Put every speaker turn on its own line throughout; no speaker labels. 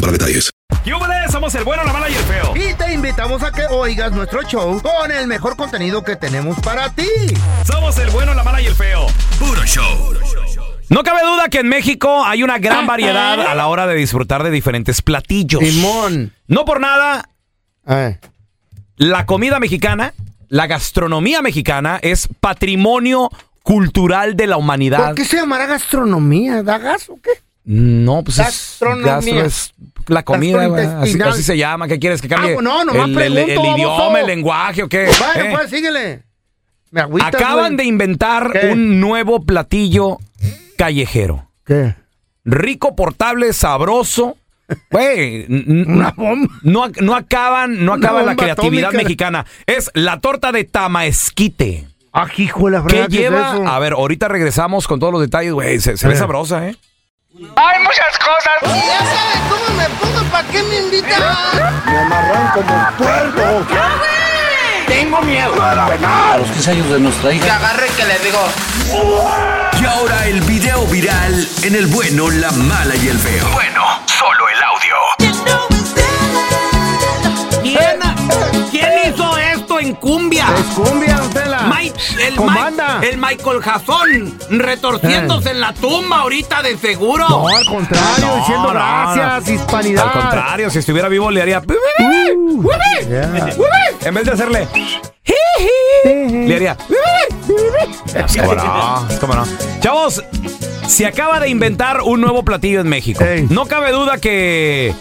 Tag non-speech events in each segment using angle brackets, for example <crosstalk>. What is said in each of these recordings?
para detalles.
¡Yúbales! Somos el bueno, la mala y el feo.
Y te invitamos a que oigas nuestro show con el mejor contenido que tenemos para ti.
Somos el bueno, la mala y el feo. Puro show. No cabe duda que en México hay una gran variedad a la hora de disfrutar de diferentes platillos.
Simón.
No por nada,
Eh,
la comida mexicana, la gastronomía mexicana es patrimonio cultural de la humanidad.
¿Por qué se llamará gastronomía? ¿Da gas o qué?
No, pues es,
Gastronomía.
gastro es la comida, ¿verdad? así,
Gastrointestinal.
así se llama. ¿Qué quieres que cambie?
Ah, no, nomás
el, el- el
pregunto, baboso.
idioma, el lenguaje o qué.
Bueno,
¿Eh?
pues síguele. Me agüitas,
Acaban de
güey.
inventar
¿Qué?
un nuevo platillo callejero.
¿Qué?
Rico, portable, sabroso. Güey, n- n-
<laughs> Una bomba.
no, ac- no acaban, no
Una
acaba la
bomba
creatividad
atómica.
mejicana. Es la torta de tamaesquite.
Ah, hijo de la
¿Qué
fregada, ¿qué es
lleva?
eso?
A ver, ahorita regresamos con todos los detalles, güey. Se, se ve
Eh.
sabrosa, ¿eh?
Hay muchas cosas.
Ya sabes
¿Eh?
cómo me pongo, ¿para qué me invitan?
Que agarre que le digo.
Y ahora el video viral en el bueno, la mala y el feo. Bueno, solo el audio.
¿Quién, ¿Quién hizo esto en cumbia?
Es cumbia, don Tela.
Mike- el,
Con
Mike-
banda.
el Michael Jason retorciéndose en la tumba ahorita de seguro.
Eh. No, al contrario,
No,
diciendo
no,
gracias,
no.
hispanidad. Uh,
Al contrario, si estuviera vivo le haría.
yeah.
En vez de hacerle. Le haría.
<laughs>
¿Cómo no? ¿Cómo no? Chavos, se acaba de inventar un nuevo platillo en México.
Ey.
No cabe duda que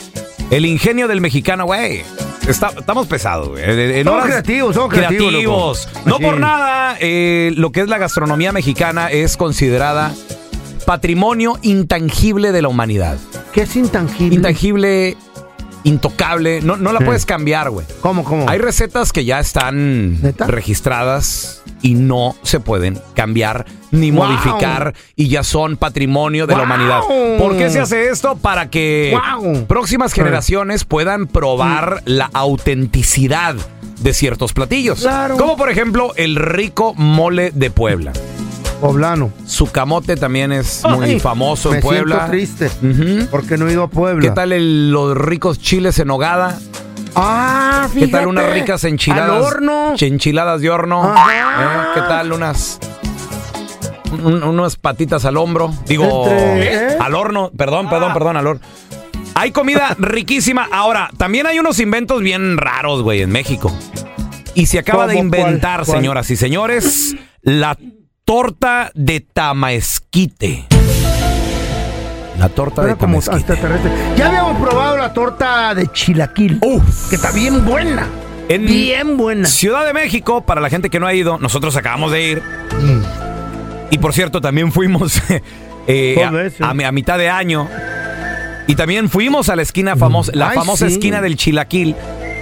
el ingenio del mexicano, güey. está- estamos pesados, güey. En- en
Somos
horas-
creativos, somos creativos,
creativos.
loco.
No por
Sí.
nada, eh, lo que es la gastronomía mexicana es considerada patrimonio intangible de la humanidad.
¿Qué es intangible?
Intangible, intocable. No, no la
Sí.
puedes cambiar, güey.
¿Cómo, cómo?
Hay recetas que ya están
Mm. ¿Neta?
registradas y no se pueden cambiar ni
¡Wow!
modificar y ya son patrimonio de la
¡Wow!
humanidad. ¿Por qué se hace esto? Para que
¡Wow! Mm.
próximas generaciones puedan probar la autenticidad de ciertos platillos.
Claro.
Como por ejemplo el rico mole de Puebla.
Poblano.
Su camote también es muy
Ay,
famoso
me
en Puebla.
siento triste
Ujú.
porque no he ido a Puebla.
¿Qué tal el- los ricos chiles en hogada?
Ah,
¿Qué
fíjate.
tal unas ricas enchiladas?
Al horno.
Enchiladas de horno.
Ajá.
¿Eh? ¿Qué tal unas un- unas patitas al hombro? Digo,
Entre- ¿eh? Ah.
al horno. Perdón, perdón, perdón, al horno. Hay
<laughs>
comida riquísima. Ahora, también hay unos inventos bien raros, güey, en México. Y se acaba de
¿Cómo? ¿Cuál?
inventar,
¿Cuál?
señoras y señores, la torta de tamaesquite. La torta
Era
de
como
tamaesquite.
extraterrestre. Ya habíamos probado la torta de chilaquil.
Uf.
Que está bien buena.
En-
Bien buena.
Ciudad de México, para la gente que no ha ido, nosotros acabamos de ir. Y por cierto, también fuimos <laughs> eh,
Dos veces.
a, a mi- a mitad de año. Y también fuimos a la esquina famosa, la
Ay,
famosa
sí.
esquina del Chilaquil.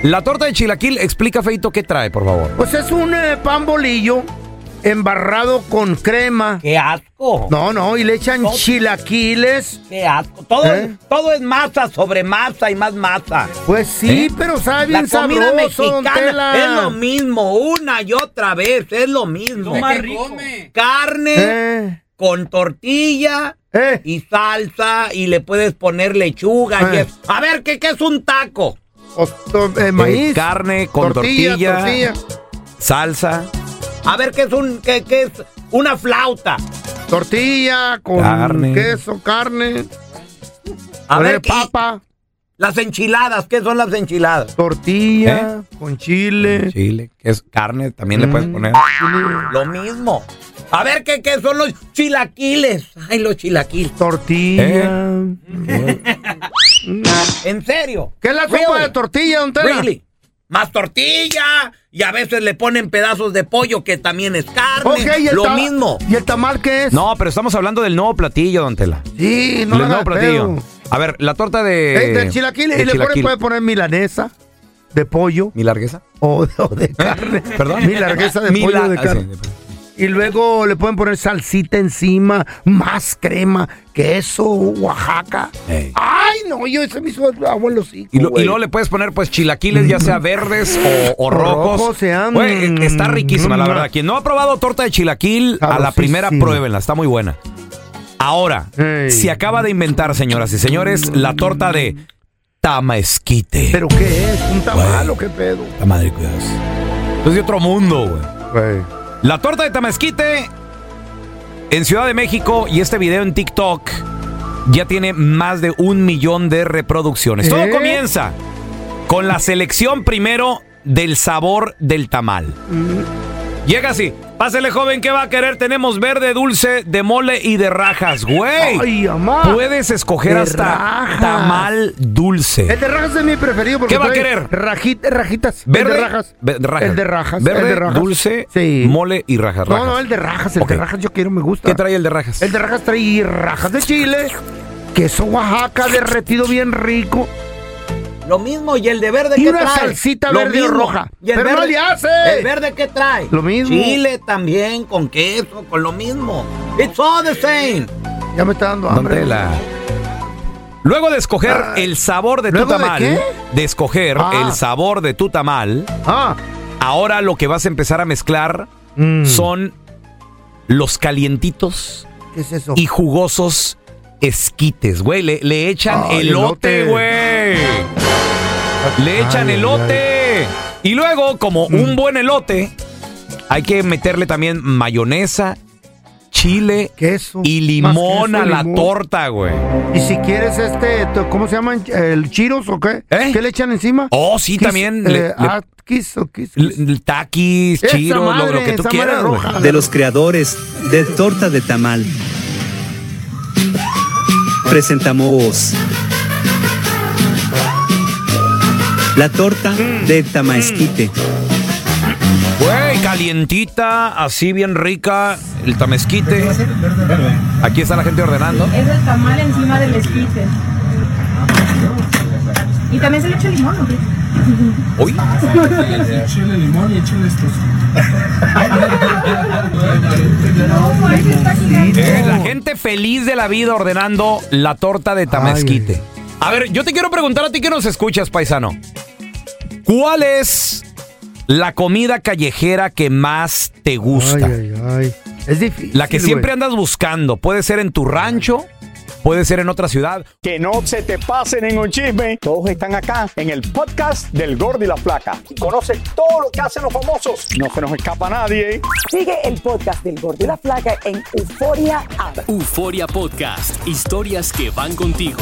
La torta de Chilaquil, explica, Feito, qué trae, por favor.
Pues es un eh, pan bolillo embarrado con crema.
¡Qué asco!
No, no, y le echan chilaquiles.
¡Qué asco! Todo,
¿Eh? es-
es masa, sobre masa y más masa.
Pues sí,
¿Eh?
pero sabe bien sabroso, don Tela.
mismo, una y otra vez, es lo mismo.
¿Eh?
Carne,
Eh,
con tortilla y salsa y le puedes poner lechuga. y
Eh.
es- A ver, ¿qué, qué es un taco?
eh,
maíz, eh, carne con tortilla, tortilla, tortilla. salsa.
A ver, ¿qué es, un, qué, qué es una flauta?
Tortilla con
Carne.
queso, carne.
A
Con
ver,
el
¿qué- Las enchiladas, ¿qué son las enchiladas?
Tortilla con
Eh.
chile.
Chile, que es carne, también le
Mm.
puedes poner.
Lo mismo. A ver, ¿qué, qué son los chilaquiles? Ay, los chilaquiles.
Tortilla.
¿En serio?
¿Qué es la sopa de tortilla, don Tela?
Really. Más tortilla. Y a veces le ponen pedazos de pollo que también es carne.
Ok, ¿y el
Lo
ta-
mismo.
¿Y el tamal qué es?
No, pero estamos hablando del nuevo platillo, don Tela.
Sí, no
el
le
nuevo
hagas
platillo.
pedo.
A ver, la torta de.
Eh, del chilaquiles.
de
y le pones-
chilaquil.
puedes poner milanesa de pollo
¿Mi largueza?
<laughs>
o, <laughs> o de carne.
¿Perdón?
Mi largueza de
Mi
pollo
la-
de
ah,
carne.
sí,
Y luego le pueden poner salsita encima, más crema, queso, Oaxaca.
Ey.
Ay, no, yo ese mismo abuelo sí.
Y, lo- y luego le puedes poner pues chilaquiles ya sea verdes o, o rojos.
rojos, sean-
Güey, e- está riquísima, la
Mm.
verdad. Quien no ha probado torta de chilaquil, a la primera
Sabrosísima.
pruébenla, está muy buena. Ahora,
Ey.
se acaba de inventar, señoras y señores, la torta de tamaesquite.
¿Pero qué es? ¿Un tamal
Güey.
o qué pedo?
La madre cuidado. Es de otro mundo, güey. La torta de Tamazquite en Ciudad de México y este video en TikTok ya tiene más de un millón de reproducciones. Todo
¿Eh?
comienza con la selección primero del sabor del tamal.
Mm.
Llega así. Pásele, joven, ¿qué va a querer? Tenemos verde, dulce, de mole y de rajas, güey.
Ay, amá.
Puedes escoger
de
hasta
rajas.
tamal dulce.
El de rajas es mi preferido. Porque
¿Qué va a
trae
querer?
rajit- rajitas.
Verde,
El de rajas.
ve- rajas.
El de rajas.
Verde,
el de rajas.
dulce,
Sí.
mole y rajas.
No,
rajas.
no, el de rajas. El
Ok.
de rajas yo quiero, me gusta.
¿Qué trae el de rajas?
El de rajas trae rajas de chile, queso Oaxaca derretido bien rico
Lo mismo. ¿Y el de verde
Y
qué
una
trae?
salsita
Lo
verde o
mismo.
roja.
¿Y el
Pero no
verde-
le hace.
¿El verde qué trae?
Lo mismo.
Chile también, con queso, con lo mismo. It's all the same.
Ya me está dando
Don
hambre.
Tela. Luego de escoger el sabor de tu
Ah. ¿luego de
tamal,
qué?
de escoger
Ah.
el sabor de tu tamal,
Ah,
ahora lo que vas a empezar a mezclar
Mm.
son los calientitos
¿qué es eso?
y jugosos esquites, güey. Le, le echan
Ay,
elote,
elote.
güey. Le echan
Ay, Mm.
elote. Y luego, como un buen elote, hay que meterle también mayonesa, chile
Queso.
y
más
limón
queso,
a la
limón.
torta, güey.
Y si quieres este, to- ¿cómo se llaman? ¿El chiros o qué?
¿Eh?
¿Qué le echan encima?
Oh, sí,
Quis-
también.
eh,
le- le-
ah, quis o quis-
l- l- taquis,
Esa
chiro, lo- lo,
madre,
que tú
esa madre
quieras. güey.
roja.
de los creadores de torta de tamal. Presentamos la torta de tamaesquite.
Güey, calientita, así bien rica, el tamezquite. Aquí está la gente ordenando.
Es el tamal encima del esquite. Y también se le echa limón, ¿o qué?
Uy, eh, la gente feliz de la vida ordenando la torta de tamezquite. A ver, yo te quiero preguntar a ti que nos escuchas, paisano. ¿Cuál es la comida callejera que más te gusta?
Ay, ay, ay. Es difícil.
La que siempre andas buscando. Puede ser en tu rancho, puede ser en otra ciudad.
Que no se te pasen en un chisme. Todos están acá en el podcast del Gordi y la Flaca. Y conoce todo lo que hacen los famosos. No se nos escapa nadie.
Sigue el podcast del Gordo y la Flaca en Euforia App.
Euforia Podcast, historias que van contigo.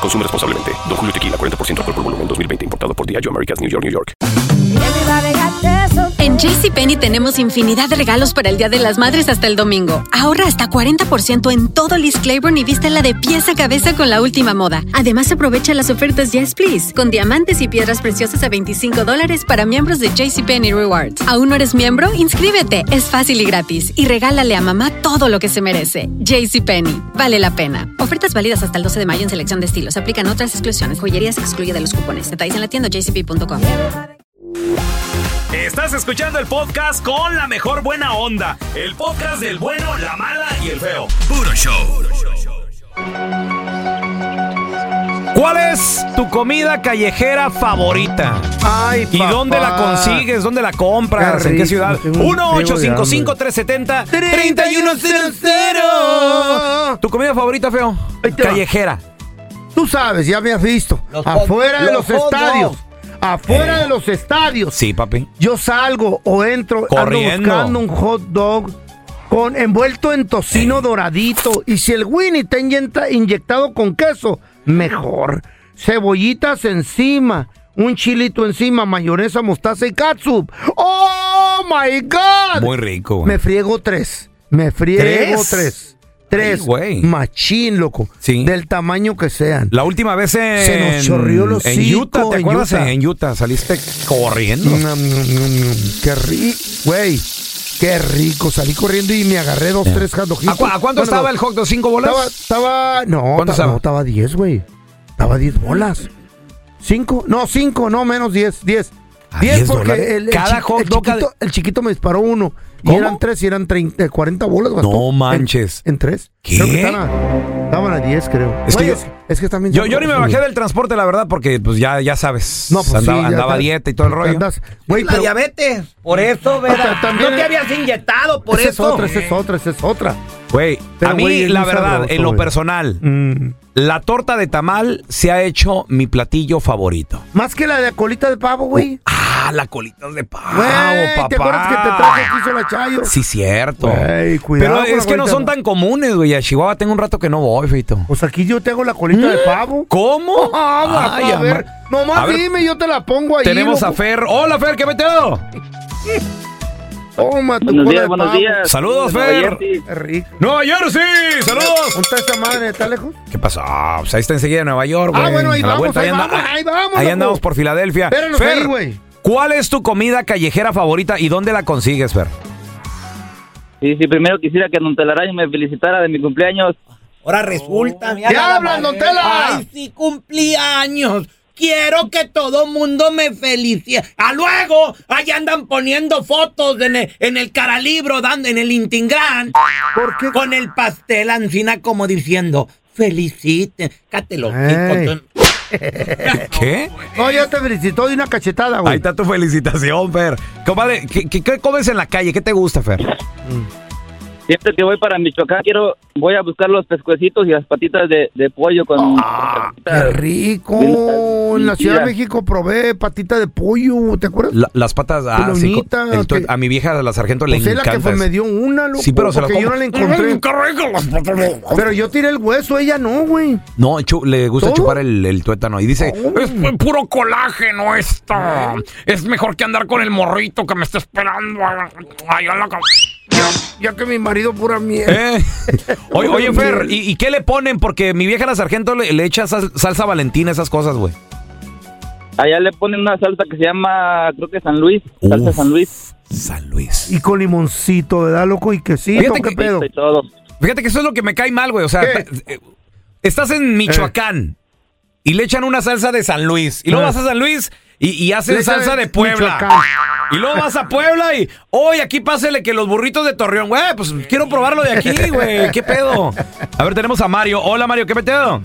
Consume responsablemente. Don Julio Tequila, 40% alcohol por volumen, 2020. Importado por Diageo Americas, New York, New York.
En JCPenney tenemos infinidad de regalos para el Día de las Madres hasta el domingo. Ahorra hasta 40% en todo Liz Claiborne y vístela de pies a cabeza con la última moda. Además, aprovecha las ofertas Yes Please, con diamantes y piedras preciosas a 25 dólares para miembros de JCPenney Rewards. ¿Aún no eres miembro? Inscríbete, es fácil y gratis. Y regálale a mamá todo lo que se merece. JCPenney, vale la pena. Ofertas válidas hasta el 12 de mayo en selección de estilos. Aplican otras exclusiones. Joyerías excluye de los cupones. Detalles en la tienda jcp.com.
Estás escuchando el podcast con la mejor buena onda. El podcast del bueno, la mala y el feo. Puro show.
¿Cuál es tu comida callejera favorita? Ay, ¿Y
papá.
dónde la consigues? ¿Dónde la compras?
Qué
¿En qué
rico,
ciudad?
tengo un
1-855-370.
Ah, 3100.
Oh, ¿Tu comida favorita, feo? Callejera.
Tú sabes, ya me has visto.
hot-
afuera de
los
los,
hot
estadios.
dogs.
Afuera
Eh.
de los estadios.
Sí, papi.
Yo salgo o entro
Corriendo.
ando buscando un hot dog con envuelto en tocino doradito y si el Winnie está inyecta- inyectado con queso, mejor. Cebollitas encima, un chilito encima, mayonesa, mostaza y catsup. ¡Oh my god!
Muy rico, güey.
Me friego tres. Me friego
¿Tres?
tres. Tres.
Ay, güey.
Machín, loco. Del tamaño que sean.
La última vez en,
Se nos chorrió el
en
hocico,
Utah, ¿te
en
acuerdas?
Utah.
En Utah saliste corriendo.
Mm, mm, mm, Qué rico, güey. Qué rico. Salí corriendo y me agarré dos, tres hot dogitos.
¿A, cu- a
Bueno,
cuánto estaba el hot dog? ¿Cinco bolas?
Estaba, estaba- no,
¿Cuánto
ta-
estaba?
no, estaba 10, güey. Estaba 10 bolas. ¿Cinco? No, cinco, no, menos 10, 10. 10
10
porque
Ah, dólares?
el, el
Cada
chi-
hot
el
dog
chiquito, el chiquito me disparó uno. Y
¿Cómo?
eran tres y eran 30, eh, 40 bolas.
No manches.
¿En, en tres?
¿Qué?
Creo que estaban, a- estaban a 10, creo. Güey,
Es
Es
que
que,
yo-
es, que también...
Yo, yo ni me bajé del transporte, la verdad, porque pues ya, ya sabes.
No, pues
andaba,
sí, ya
andaba a
sabes.
dieta y todo el rollo.
Andas- güey,
la
pero-
diabetes. Por eso, ¿verdad?
también-
no te habías inyectado, por
Esa es
eso.
otra, esa es otra, esa es otra.
Güey,
Pero,
a mí,
güey, es
la
muy
verdad,
sabroso,
en lo
güey. Mm.
personal, la torta de tamal se ha hecho mi platillo favorito.
Más que la de colita de pavo, güey.
Ah, la colita de Oh, pavo, papá.
¿Te acuerdas que te traje aquí hizo la chayo?
Sí, cierto.
Güey, cuidado
Pero
con la
es que no
colita,
son
¿no?
tan comunes, güey. A Chihuahua tengo un rato que no voy, feito.
Pues aquí yo tengo la colita
¿Mm?
de
<laughs>
pavo.
¿Cómo?
<laughs> Ah,
Ay,
a ver.
amar-
Nomás
A ver,
dime, yo te la pongo ahí.
Tenemos a
loco.
Fer. Hola, Fer, ¿qué ha metido?
Toma, tu
Buenos
cola
días,
de
buenos
pavo.
días. Saludos,
Nueva
Fer.
Jersey. Qué rico.
¡Nueva Jersey! ¡Saludos!
¿Dónde está esa madre? ¿Está lejos?
¿Qué pasó? Pues ahí está enseguida en Nueva York,
Ah,
güey.
bueno, ahí
A la
vamos,
vuelta,
ahí
anda-
vamos, ahí vamos,
Ahí
loco.
andamos por Filadelfia.
Espéranos ahí, güey.
¿cuál es tu comida callejera favorita y dónde la consigues, Fer?
Sí, sí, primero quisiera que Don Telaraño me felicitara de mi cumpleaños.
Ahora resulta, mira.
¡Ya
nada
hablan,
más.
don Tela!
¡Ay, sí, cumplí años! Quiero que todo mundo me felicite. ¡A luego! Ahí andan poniendo fotos en el, en el caralibro, dando, en el Intingrán. ¿Por qué? Con el pastel ancina como diciendo, feliciten. Cátelo,
Ey.
chico.
Eh, ¿Qué?
No, ya te felicitó de una cachetada,
Ahí
güey.
está tu felicitación, Fer. Compadre, ¿qué, qué, qué comes en la calle? ¿Qué te gusta, Fer?
Siempre que voy para Michoacán, quiero, voy a buscar los pescuecitos y las patitas de, de pollo con...
Qué rico. En la Ciudad de México probé patita de pollo, ¿te acuerdas?
La- las patas. Ah, sí, con-
Pelonita,
el tu-
que-
a mi vieja, la sargento, le
Pues es la
encanta.
que fue-
eso.
me dio una, loco.
Sí, pero se la
porque yo no
come.
la encontré.
Mm, qué rico las patas de-
Pero yo tiré el hueso, ella no, güey.
No, chu- le gusta chupar el, el tuétano. Y dice,
Es
<laughs>
pu- puro colágeno esto. Es mejor que andar con el morrito que me está esperando. a- allá en la ca-
Ya que mi marido pura mierda.
<laughs> Eh, Oye, oye, Fer, ¿y, y qué le ponen? Porque mi vieja la sargento le, le echa sal- salsa valentina, esas cosas, güey.
Allá le ponen una salsa que se llama, creo que San Luis, salsa San Luis.
San Luis.
Y con limoncito, ¿verdad, loco? Y quesito,
Fíjate
¿qué
que-
pedo?
Fíjate que eso es lo que me cae mal, güey. O sea, ta- eh, estás en Michoacán y le echan una salsa de San Luis. Y luego
Eh.
vas a San Luis y, y
Le
hacen
echan
salsa de
de
Puebla.
Michoacán.
Y luego vas a Puebla y, hoy aquí pásele que los burritos de Torreón, güey, pues quiero probarlo de aquí, güey. ¿Qué pedo? A ver, tenemos a Mario. Hola, Mario, ¿qué pedo?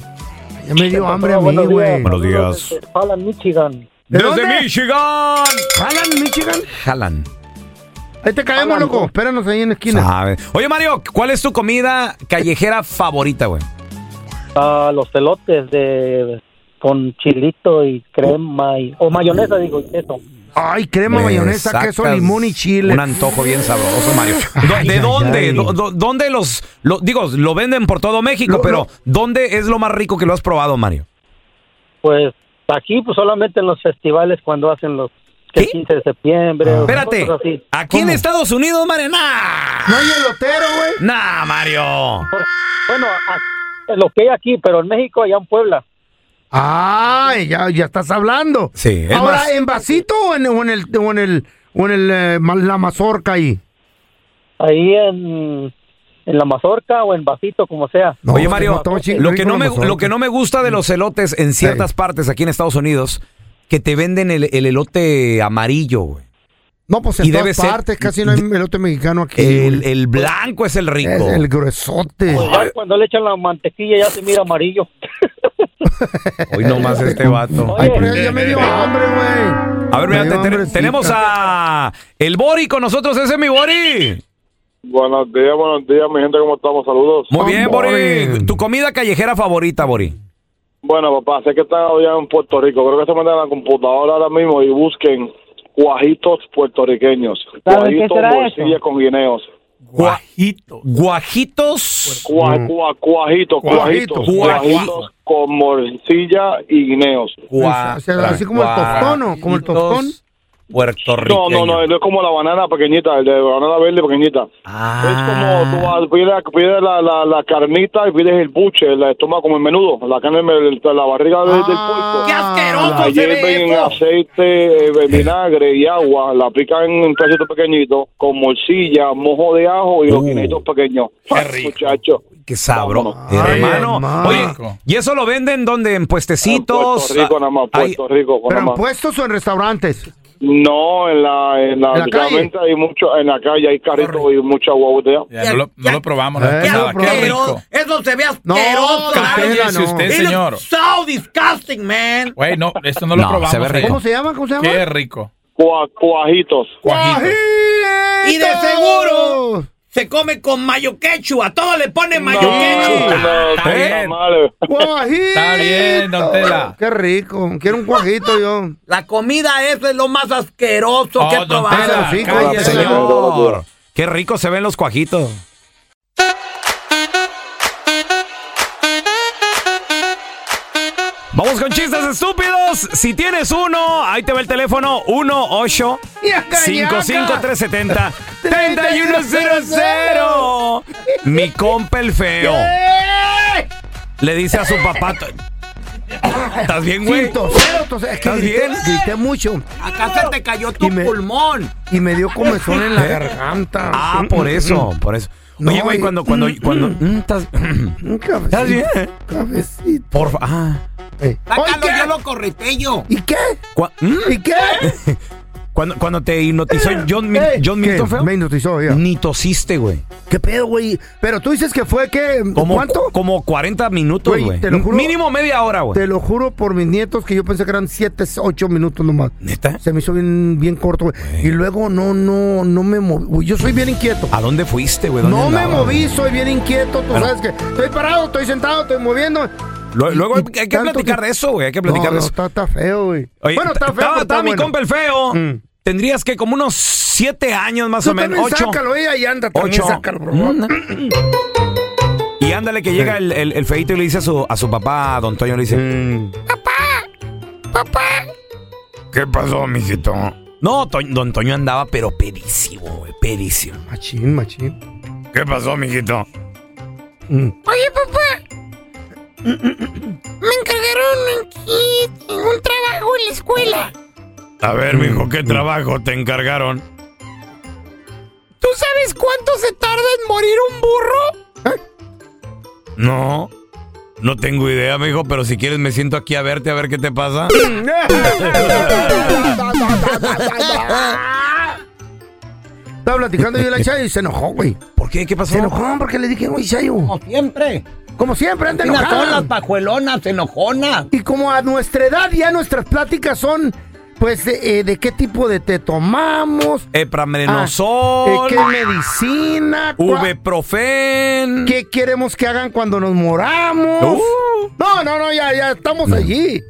Ya me dio hambre a mí,
Buenos días.
güey.
Buenos días.
Falan, Michigan.
Desde Michigan.
¿Jalan, Michigan?
Jalan.
Ahí te caemos, loco. Espéranos ahí en la esquina.
Sabe. Oye, Mario, ¿cuál es tu comida callejera favorita, güey?
Ah, los elotes de con chilito y crema y o mayonesa digo y queso.
Ay, crema,
Me
mayonesa, queso,
sacas
limón y chile.
Un antojo bien sabroso,
<laughs>
Mario. Do- ¿De dónde? do- do- ¿Dónde los, lo- digo, lo venden por todo México, pero ¿dónde es lo más rico que lo has probado, Mario?
Pues aquí pues solamente en los festivales cuando hacen los que 15 de septiembre. o
Espérate,
cosas así.
aquí en Estados Unidos, Mario, nah.
No hay elotero, güey.
Nah, Mario.
Bueno, a- lo que hay aquí, pero en México, allá en Puebla.
Ay, ya, ya estás hablando.
Sí, es
Ahora,
más-
¿en vasito o en, o en el, o en el, o en el, eh, ma- la mazorca ahí?
Ahí en, en la mazorca o en vasito, como sea.
Oye, Mario, lo que, no me, lo que no me gusta de los elotes en ciertas partes aquí en Estados Unidos, que te venden el, el elote amarillo, güey.
No, pues en
Y debe
todas
ser-
partes casi no hay elote mexicano aquí.
El,
güey.
el blanco es el rico.
Es el
<laughs>
gruesote.
Ya cuando le echan la mantequilla ya se mira amarillo.
Hoy nomás este vato.
Ay, por eso ya me dio hambre, güey.
A ver,
Me
mira,
dio
te- te-
hambrecita.
tenemos a el Bori con nosotros. Ese es mi Bori.
Buenos días, buenos días, mi gente, ¿cómo estamos? Saludos.
Muy bien, Bori. Tu comida callejera favorita, Bori.
Bueno, papá, sé que están allá en Puerto Rico. Creo que se meten a la computadora ahora mismo y busquen cuajitos puertorriqueños.
¿Saben qué
Cuajitos
será
morcilla con guineos.
Guajitos. Guajitos.
Cua- cua- cuajitos,
Cuajito.
cuajitos.
Cuaji-
Cuajitos con morcilla y guineos.
Gua-
O sea, así como el tostón, ¿o? Como el tostón.
No,
Puertorriqueño.
no, no, no es como la banana pequeñita, el de banana verde pequeñita. Es como tú vas, pides, pides la, la, la carnita y pides el buche, la toma como el menudo, la carne, el- la barriga de- del puerco. ¡Qué
Ah,
asqueroso
La
se ve
hierven en
eso!
aceite, eh, vinagre y agua, la pican en un pedacito pequeñito, con morcilla, mojo de ajo y los guineitos pequeños. ¡Qué Muchacho.
Qué sabro. hermano. Oye, ¿y eso lo venden dónde? ¿En puestecitos?
Puerto Rico nada más,
Ay,
Puerto Rico.
¿Pero
nada
en
más.
puestos o en restaurantes?
No, en la, en la,
¿En la
la
calle?
venta hay mucho, en la calle hay carritos y mucha guabotea.
no lo, no lo probamos. no
Eh,
está
no
nada,
lo
qué
probamos.
rico.
Eso se ve
No,
asqueroso.
cállese usted,
It
señor.
looks so disgusting, man.
Güey, no, esto no, lo probamos. eh.
¿Cómo se llama? ¿Cómo se llama?
Qué rico.
cuajitos.
Y de seguro se come con mayo quechua. Todo le pone mayo quechua.
Está bien. Está bien, don Tela.
Qué rico. Quiero un cuajito yo.
La comida esa es lo más asqueroso
Oh,
que he
don
probado.
Tela, sí,
Cállese.
cállese.
señor. Qué rico se ven los cuajitos. Vamos con chistes estúpidos. Si tienes uno, ahí te va el teléfono 18 <laughs> 55370 3100. Mi compa el feo le dice a su papá, ¿estás bien, güey?
Sí, tosero, tosero. Es que
¿Estás
grité,
bien?
grité mucho.
Acá se te cayó tu pulmón.
Y me dio comezón en la
¿Eh?
garganta.
Ah, por eso, por eso. Oye, güey, cuando, cuando, cuando, mm, estás, ¿estás bien?
Cabecito.
Por fa- ah.
Sácalo, yo lo corretello.
¿Y qué?
Cua- mm.
¿Y qué?
<laughs> Cuando, cuando te hipnotizó John, Mi- John
eh, ¿Qué?
Milton Feo. Mm.
Me hipnotizó, ya.
Ni tosiste, güey.
¿Qué pedo, güey? Pero tú dices que fue que.
Como,
¿Cuánto?
Como 40 minutos,
Güey,
güey.
te lo juro.
Mínimo media hora, güey.
Te lo juro por mis nietos que yo pensé que eran 7, 8 minutos nomás.
¿Neta?
Se me hizo bien, bien corto, güey. Y luego no, no, no me moví. Güey, Yo soy bien inquieto.
¿A dónde fuiste, güey? ¿Dónde
No me
andabas,
moví,
güey?
soy bien inquieto. Tú
Pero-
sabes que estoy parado, estoy sentado, estoy moviendo.
Lo- Luego
Y-
hay,
y
hay que
tanto
platicar
que-
de eso, güey. Hay que
No,
platicar
no,
de eso.
Está, está feo, güey.
Oye,
bueno, está feo.
Estaba,
pero
estaba
está
mi
bueno. Mm.
compa el feo. Tendrías que como unos 7 años más
Tú
o menos.
también
8.
sácalo, ella y anda. También
Ocho.
sácalo, por favor.
Y ándale que llega el, el, el feito y le dice a su, a su papá, a don Toño, le dice...
Mm.
¡Papá! ¡Papá! ¿Qué pasó, mijito? No, To- don Toño andaba pero pedísimo, güey, pedísimo.
Machín, machín.
¿Qué pasó, mijito? Mm.
Oye, papá. Me encargaron aquí un trabajo en la escuela.
A ver, mijo,
Mm.
¿qué trabajo te encargaron?
¿Tú sabes cuánto se tarda en morir un burro?
¿Eh?
No, no tengo idea, mijo, pero si quieres me siento aquí a verte a ver qué
<laughs>
te pasa.
Estaba platicando yo
<laughs>
la Chayo y se enojó, güey.
¿Por qué? ¿Qué pasó?
Se enojó porque le dije, güey, Chayo. Como
siempre.
Como siempre, anda
Mira,
enojada.
son las pajuelonas, enojonas.
Y como a nuestra edad ya nuestras pláticas son, pues, de, eh, de qué tipo de té tomamos,
Epramednosol.
Ah, eh, ¿qué medicina? ¿Cuál-
Ubeprofen.
qué queremos que hagan cuando nos moramos. No, no, no, ya, ya estamos allí.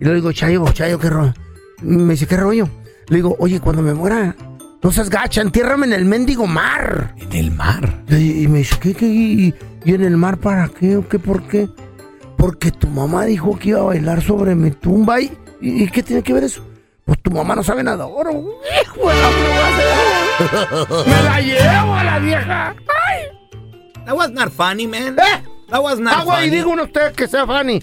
Y le digo, Chayo, Chayo, qué rollo. Me dice, ¿qué rollo? Le digo, oye, cuando me muera, no seas gacha, entiérrame en el mendigo mar.
En el mar.
Y, y me dice, ¿qué, qué? Y, y en el mar para qué? ¿O qué por qué? Porque tu mamá dijo que iba a bailar sobre mi tumba y, y, y ¿qué tiene que ver eso? Pues tu mamá no sabe nada. Ahora, hijo de la fregada.
¡Me la llevo a la vieja!
That was not funny, man.
¿eh?
That was not
Agua y
funny.
digo uno a usted que sea Fanny.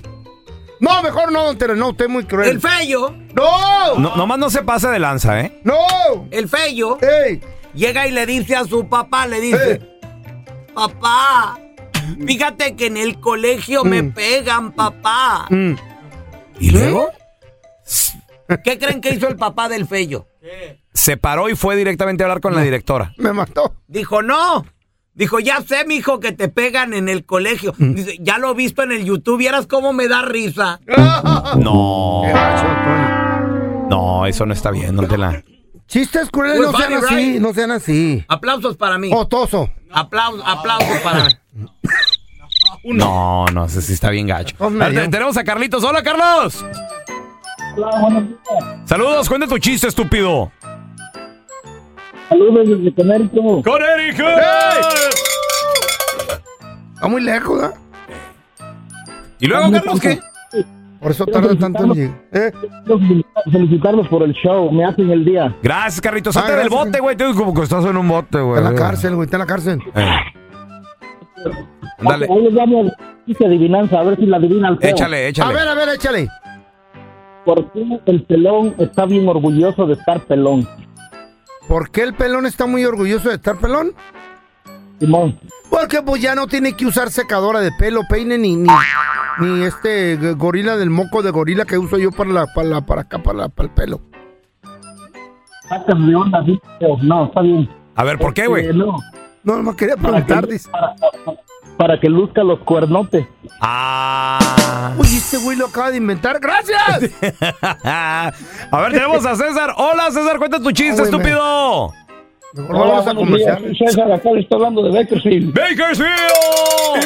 No, mejor no, don Tela, no, usted es muy cruel.
El fello.
¡No!
No, nomás no se pasa de lanza, ¿eh?
¡No!
El fello llega y le dice a su papá, le dice,
Eh.
papá, fíjate que en el colegio me
Mm.
pegan, papá.
¿Y luego?
¿Qué creen que hizo el papá del fello?
Se paró y fue directamente a hablar con la directora.
Me mató.
Dijo, no. Dijo, ya sé, mijo, que te pegan en el colegio.
Mm.
Dice, ya lo he visto en el YouTube, vieras cómo me da risa.
No. No, eso no está bien, don Tela.
Chistes crueles
Pues
no sean
Fanny,
así,
right?
no sean así.
Aplausos para mí.
Otoso.
Aplausos, aplausos para mí.
No, no, ese sí está bien gacho. A ver, te- tenemos a Carlitos. ¡Hola, Carlos! Saludos, cuenta tu chiste, estúpido.
Saludos desde Conérico.
¡Conérico!
Está muy lejos, ¿ah?
¿Y luego, Carlos, qué?
Por eso tarda tanto en llegar. Eh,
Felicitarlos por el show, me hacen el día.
Gracias, Carlitos.
Ah,
Salte del
gracias.
bote, güey. Tú como que estás en un bote, güey. Eh.
Está en la cárcel, güey, está en la cárcel.
Dale.
Ahí les damos de adivinanza, a ver si la adivina el feo.
Échale, échale.
A ver, a ver, échale.
¿Por qué el pelón está bien orgulloso de estar pelón?
¿Por qué el pelón está muy orgulloso de estar pelón?
Simón.
Porque pues ya no tiene que usar secadora de pelo, peine, ni, ni, ni este g- gorila del moco de gorila que uso yo para, la, para, la- para acá, para, la- para el pelo.
Sácame de onda, sí, feo. No, está bien.
A ver, ¿por qué, güey?
Eh, no.
No, nomás quería
preguntar, dice. Para, para que luzca los cuernotes.
Ah. <laughs>
Uy, este güey lo acaba de inventar. ¡Gracias!
a ver, tenemos a César. Hola, César, cuenta tu chiste,
güey, me-
estúpido.
Mejor
Hola, buenos días. Soy César, acá le estoy hablando de Bakersfield.
¡Bakersfield! All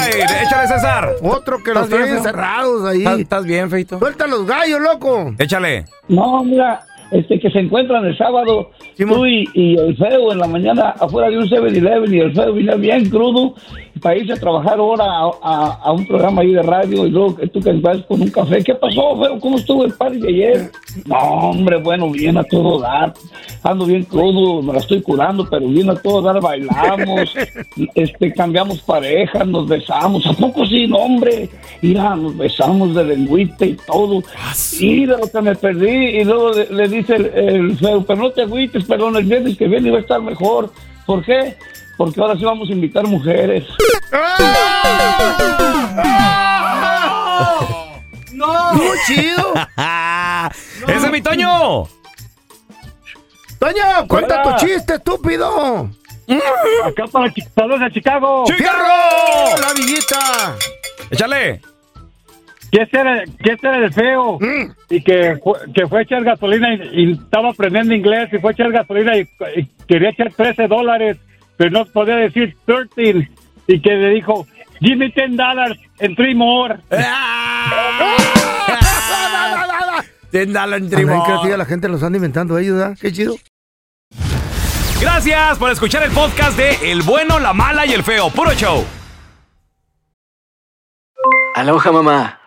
right. Échale, César.
Otro que los
¿Estás bien,
traen
feo?
encerrados ahí.
¿Estás- ¿Estás bien, Feito?
Suelta los gallos, loco.
Échale.
No, mira, este que se encuentran el sábado, tú y, y el feo en la mañana afuera de un 7-Eleven y el feo viene bien crudo para irse a trabajar ahora a, a- a un programa ahí de radio y luego que tú que vas con un café. ¿Qué pasó, feo? ¿Cómo estuvo el party de ayer? No, hombre, bueno, bien a todo dar. Ando bien crudo, me la estoy curando, pero bien a todo dar bailamos, este, cambiamos parejas, nos besamos. ¿A poco sí, no, hombre? Mira, nos besamos de lengüita y todo.
<laughs>
Y de lo que me perdí, y luego le, le dice el, el feo, pero no te agüites, perdón, el viernes que viene va a estar mejor. ¿Por qué? Porque ahora sí vamos a invitar mujeres.
¡No! ¡Muy chido!
<laughs> ¡Ese es mi Toño!
Toño, cuenta
Hola.
tu chiste, estúpido.
Acá para Chi- saludos a Chicago.
¡Fierro! ¡La villita!
Échale.
Que ese era, que ese era el feo. Y que fue, que fue a echar gasolina y, y estaba aprendiendo inglés y fue a echar gasolina y, y quería echar 13 dólares, pero no podía decir 13. Y que le dijo, give me 10 dólares en three more.
¡Ah!
Téndalo en
Ay,
tribón.
qué creativa la gente los anda inventando ellos, ¿ah? Qué chido.
Gracias por escuchar el podcast de El Bueno, la Mala y el Feo. Puro show.
Aloha mamá.